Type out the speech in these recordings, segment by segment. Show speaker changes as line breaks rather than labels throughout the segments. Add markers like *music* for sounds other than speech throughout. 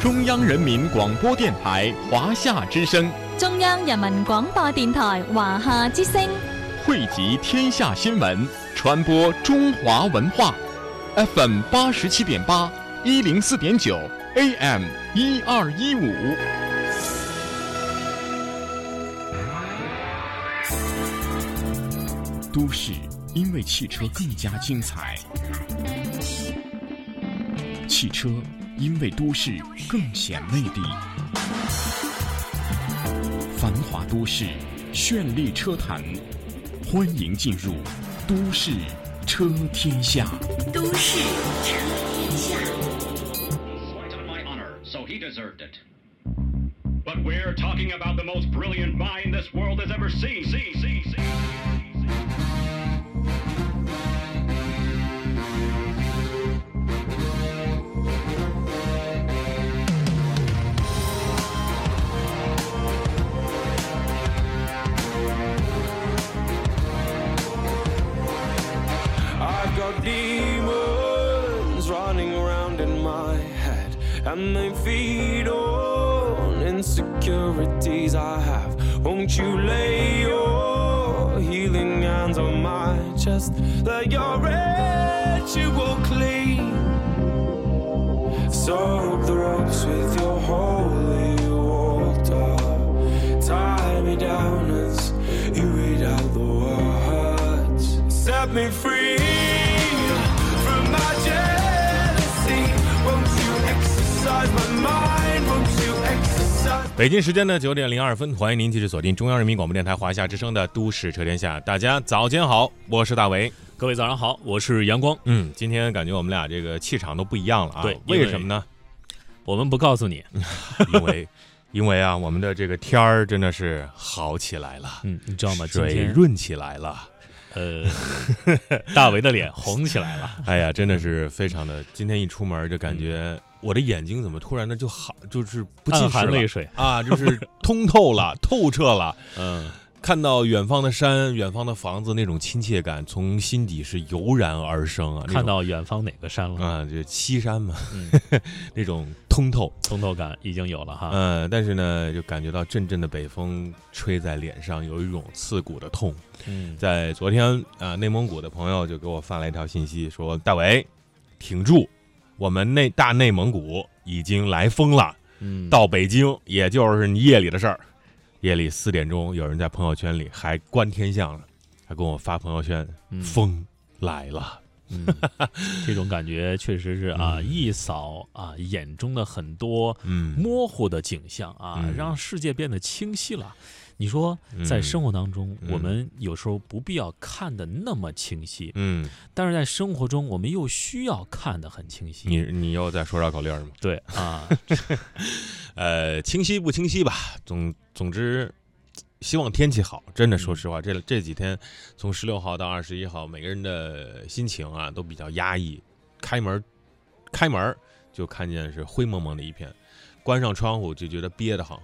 中央人民广播电台华夏之声
中央人民广播电台华夏之声，
汇集天下新闻，传播中华文化。FM 八十七点八，一零四点九，AM 一二一五。都市因为汽车更加精彩，汽车因为都市更显魅力。繁华都市，绚丽车坛，欢迎进入都市车天下。
都市车天下。
Quite on my honor, so he deserved it. But we're talking about the most brilliant mind this world has ever seen. See, see, see.
北京时间呢九点零二分，欢迎您继续锁定中央人民广播电台华夏之声的《都市车天下》。大家早间好，我是大为。
各位早上好，我是阳光。
嗯，今天感觉我们俩这个气场都不一样了啊。
对因
为
为
什么呢？
我们不告诉你，
*laughs* 嗯因为，因为啊，我们的这个天儿真的是好起来了，
嗯，你知道吗？今
水
天
润起来了。
呃，大为的脸红起来了。
哎呀，真的是非常的。今天一出门就感觉我的眼睛怎么突然的就好，就是 *laughs* 不近
暗
视
含
嗯了
泪水，
啊，就是通透
*laughs*
了、透彻了。
嗯，
看到远方的山、远方的房子，那种亲切感从心底是油然而生啊！那种
看到远方哪个山了，
啊，这西山嘛，
嗯
*laughs* 那种通透。
通透感已经有了哈。
呃，但是呢，就感觉到阵阵的北风吹在脸上，有一种刺骨的痛。
嗯，
在昨天啊、呃内蒙古的朋友就给我发了一条信息，说大伟，挺住，我们内大内蒙古已经来风了，
嗯
到北京也就是你夜里的事儿。夜里四点钟，有人在朋友圈里还观天象了，还跟我发朋友圈，
嗯
风来了。
嗯，这种感觉确实是啊，
嗯
一扫啊眼中的很多
嗯，
模糊的景象啊，
嗯
让世界变得清晰了。你说，在
嗯
生活当中，
嗯
我们有时候不必要看的那么清晰，
嗯，
但是在生活中，我们又需要看的很清晰。
你你又在说绕口令儿吗？
对啊，
*laughs* 呃，清晰不清晰吧？总总之，希望天气好。真的，说实话，这这几天从十六号到二十一号，每个人的心情啊都比较压抑。开门，开门就看见是灰蒙蒙的一片，关上窗户就觉得憋得慌。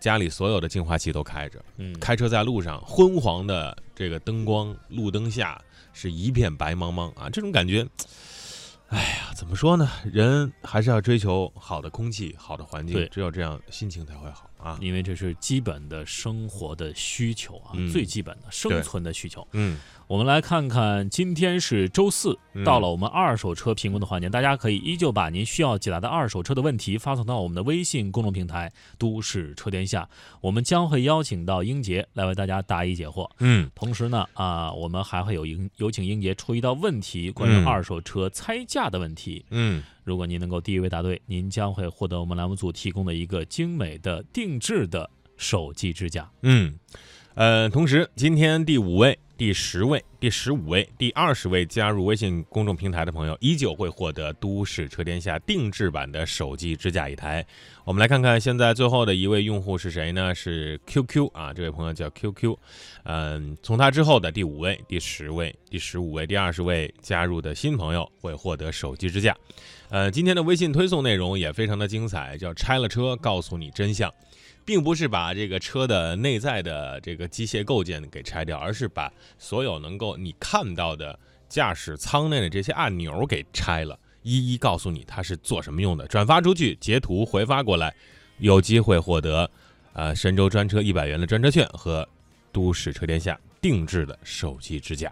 家里所有的净化器都开着，
嗯，
开车在路上，昏黄的这个灯光，路灯下是一片白茫茫啊，这种感觉。哎呀，怎么说呢？人还是要追求好的空气、好的环境
对，
只有这样心情才会好啊。
因为这是基本的生活的需求啊，
嗯
最基本的生存的需求。
嗯，
我们来看看，今天是周四，
嗯
到了我们二手车评估的环节，大家可以依旧把您需要解答的二手车的问题发送到我们的微信公众平台“都市车天下”，我们将会邀请到英杰来为大家答疑解惑。
嗯，
同时呢，啊，我们还会有英有请英杰出一道问题，关于
嗯
二手车拆价的问题。
嗯，
如果您能够第一位答对，您将会获得我们栏目组提供的一个精美的定制的手机支架。
嗯，呃，同时今天第五位、第十位、第十五位、第二十位加入微信公众平台的朋友，依旧会获得《都市车天下》定制版的手机支架一台。我们来看看现在最后的一位用户是谁呢？是 QQ 啊，这位朋友叫 QQ。嗯，从他之后的第五位、第十位、第十五位、第二十位加入的新朋友会获得手机支架。呃，今天的微信推送内容也非常的精彩，叫“拆了车，告诉你真相”。并不是把这个车的内在的这个机械构件给拆掉，而是把所有能够你看到的驾驶舱内的这些按钮给拆了。一一告诉你它是做什么用的。转发出去，截图回发过来，有机会获得呃神州专车一百元的专车券和都市车天下定制的手机支架。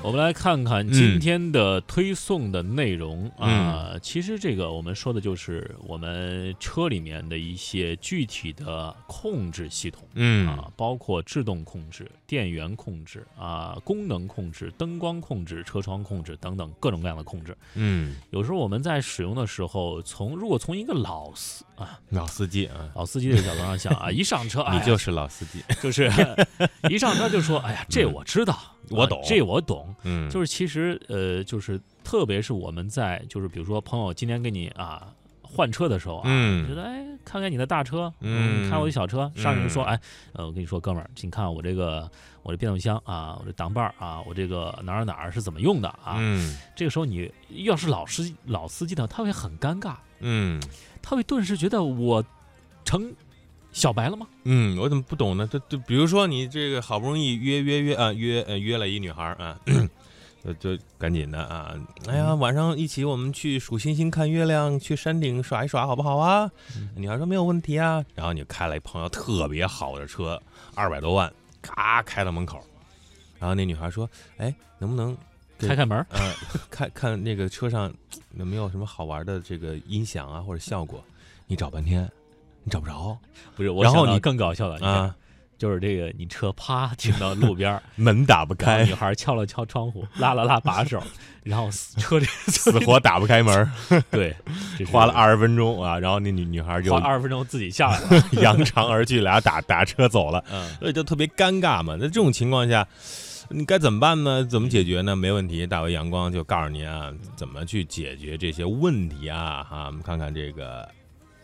我们来看看今天的推送的内容、啊。其实这个我们说的就是我们车里面的一些具体的控制系统。
嗯
啊，包括制动控制、电源控制啊、功能控制、灯光控制、车窗控制等等各种各样的控制。
嗯，
有时候我们在使用的时候，从如果从一个老司啊
老司机啊，
老司机的角度上
*laughs*
想啊，一上车，哎
你
呀、
就是老司机。
就是 *laughs* 一上车就说，哎呀，这我知道，
嗯我
啊
懂
这我懂。
嗯，
就是其实呃，就是特别是我们在就是比如说朋友今天给你啊换车的时候啊，
嗯
觉得哎看看你的大车，
嗯
看我的小车，上去就说
嗯
哎，呃我跟你说哥们儿，请看我这个我这变速箱啊，我这挡把儿啊，我这个哪儿哪儿是怎么用的啊？
嗯
这个时候你要是老司老司机呢，他会很尴尬，
嗯
他会顿时觉得我成小白了吗？
嗯，我怎么不懂呢？这这，比如说你这个好不容易约约约啊约呃约了一女孩儿啊， *clears throat* 就就赶紧的啊，哎呀，晚上一起我们去数星星、看月亮，去山顶耍一耍，好不好啊？女孩说没有问题啊，然后你就开了一朋友特别好的车，二百多万，咔开到门口，然后那女孩说，哎，能不能对
开开门儿，
呃， *laughs* 看看那个车上有没有什么好玩的这个音响啊或者效果？你找半天，你找不着
不是，我
然后
想到
你
更搞笑了，你看
啊，
就是这个你车啪停到路边儿。
门打不
然后女，孩敲了敲窗户，拉了拉把手，然后
*laughs*
死车里
死活打不开门，
对，这是
花了二十分钟啊，然后那女女孩就
花二十分钟自己下来了。
*laughs* 扬长而去，俩打打车走了，
嗯，
所以就特别尴尬嘛。那这种情况下。你该怎么办呢？怎么解决呢？没问题，大为阳光就告诉您啊，怎么去解决这些问题啊！哈、我们看看这个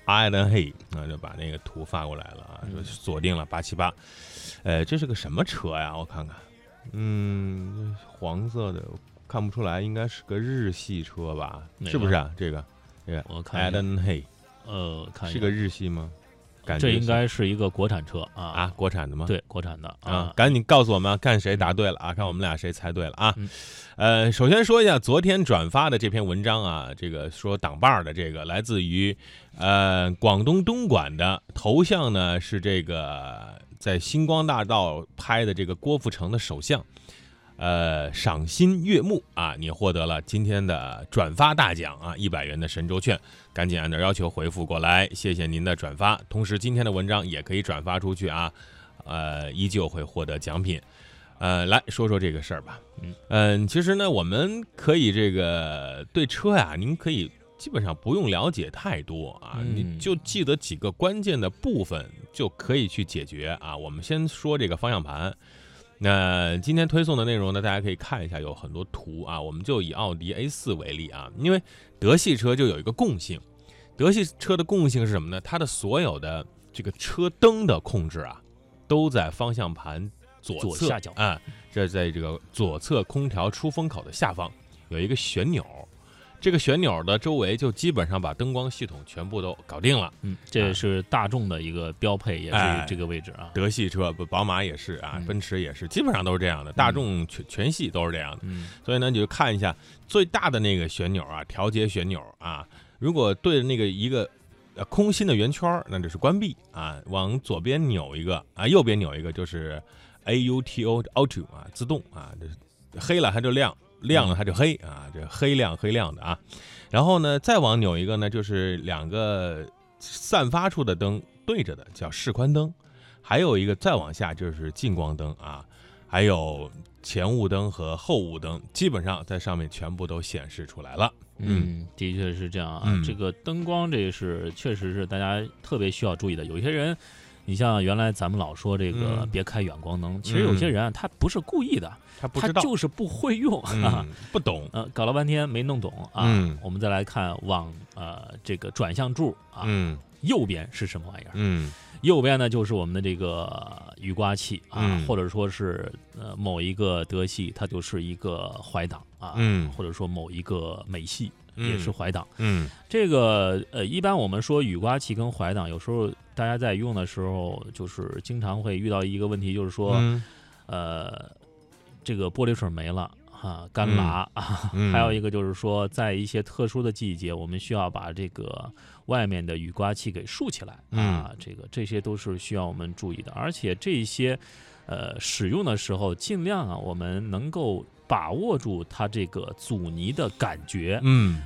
i l a n Hey 啊，就把那个图发过来了啊，
嗯
就锁定了八七八。呃，这是个什么车呀？我看看，嗯，黄色的，看不出来，应该是个日系车吧？
哪个
是不是啊？这个这个
我看
i l
一
a
下，
n Hey
呃，看一
是
下
个日系吗？感觉
这应
是
该是一个国产车啊
啊，国产的吗？
对，国产的
啊，
啊，
赶紧告诉我们啊看谁答对了啊，看我们俩谁猜对了啊
嗯。
呃，首先说一下昨天转发的这篇文章啊，这个说挡把儿的这个来自于呃广东东莞的头像呢是这个在星光大道拍的这个郭富城的首相。呃，赏心悦目啊！你获得了今天的转发大奖啊，一百元的神州券，赶紧按照要求回复过来，谢谢您的转发。同时，今天的文章也可以转发出去啊，呃，依旧会获得奖品。呃，来说说这个事儿吧。
嗯
其实呢，我们可以这个对车呀、您可以基本上不用了解太多啊，
嗯
你就记得几个关键的部分就可以去解决啊。我们先说这个方向盘。那今天推送的内容呢，大家可以看一下，有很多图啊。我们就以奥迪 A 4为例啊，因为德系车就有一个共性，德系车的共性是什么呢？它的所有的这个车灯的控制啊，都在方向盘左
左
侧
下角
啊，这在这个左侧空调出风口的下方有一个旋钮，这个旋钮的周围就基本上把灯光系统全部都搞定了。
嗯，这是大众的一个标配，也
哎
是这个位置啊。
德系车不，宝马也是啊
嗯，
奔驰也是，基本上都是这样的，大众全全系都是这样的。
嗯，
所以呢，你就看一下最大的那个旋钮啊，调节旋钮啊，如果对着那个一个呃空心的圆圈儿，那就是关闭啊，往左边扭一个啊，右边扭一个就是 A U T O Auto 啊，自动啊，这是黑了它就亮，亮了它就黑啊，这黑亮黑亮的啊。然后呢，再往扭一个呢，就是两个散发出的灯对着的叫示宽灯，还有一个再往下就是近光灯啊，还有前雾灯和后雾灯，基本上在上面全部都显示出来了。嗯
嗯，的确是这样啊。
嗯
这个灯光，这是确实是大家特别需要注意的。有些人，你像原来咱们老说这个
嗯
别开远光灯，其实有些人啊，他不是故意的，
他不
他
知道，
就是不会用。
嗯，不懂，
*laughs* 呃，搞了半天没弄懂啊。
嗯
我们再来看往呃这个转向柱啊，
嗯
右边是什么玩意儿？
嗯
右边呢就是我们的这个雨刮器啊，
嗯
或者说是呃某一个德系，它就是一个怀挡啊，
嗯
或者说某一个美系
嗯
啊也是怀挡。
嗯
这个呃，一般我们说雨刮器跟怀挡，有时候大家在用的时候，就是经常会遇到一个问题，就是说、
嗯
呃这个玻璃水没了。啊干拉啊，
嗯
还有一个就是说，在一些特殊的季节，我们需要把这个外面的雨刮器给竖起来啊，这个这些都是需要我们注意的，而且这些呃使用的时候，尽量啊我们能够把握住它这个阻尼的感觉，
嗯